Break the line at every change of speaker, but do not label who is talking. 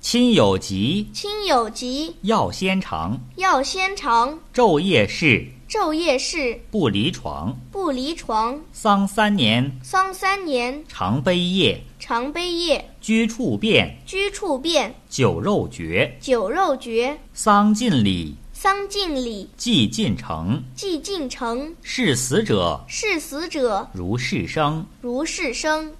亲有疾，
亲有疾，
药先尝；
药先尝。
昼夜侍，
昼夜侍，
不离床。
不离床。
丧三年，
丧三年，
常悲夜；
常悲夜。
居处变，
居处变，
酒肉绝。
酒肉绝。
丧尽礼，
丧尽礼，
祭尽诚。
祭尽诚。
视死者
视死者，
如是生。
如是生。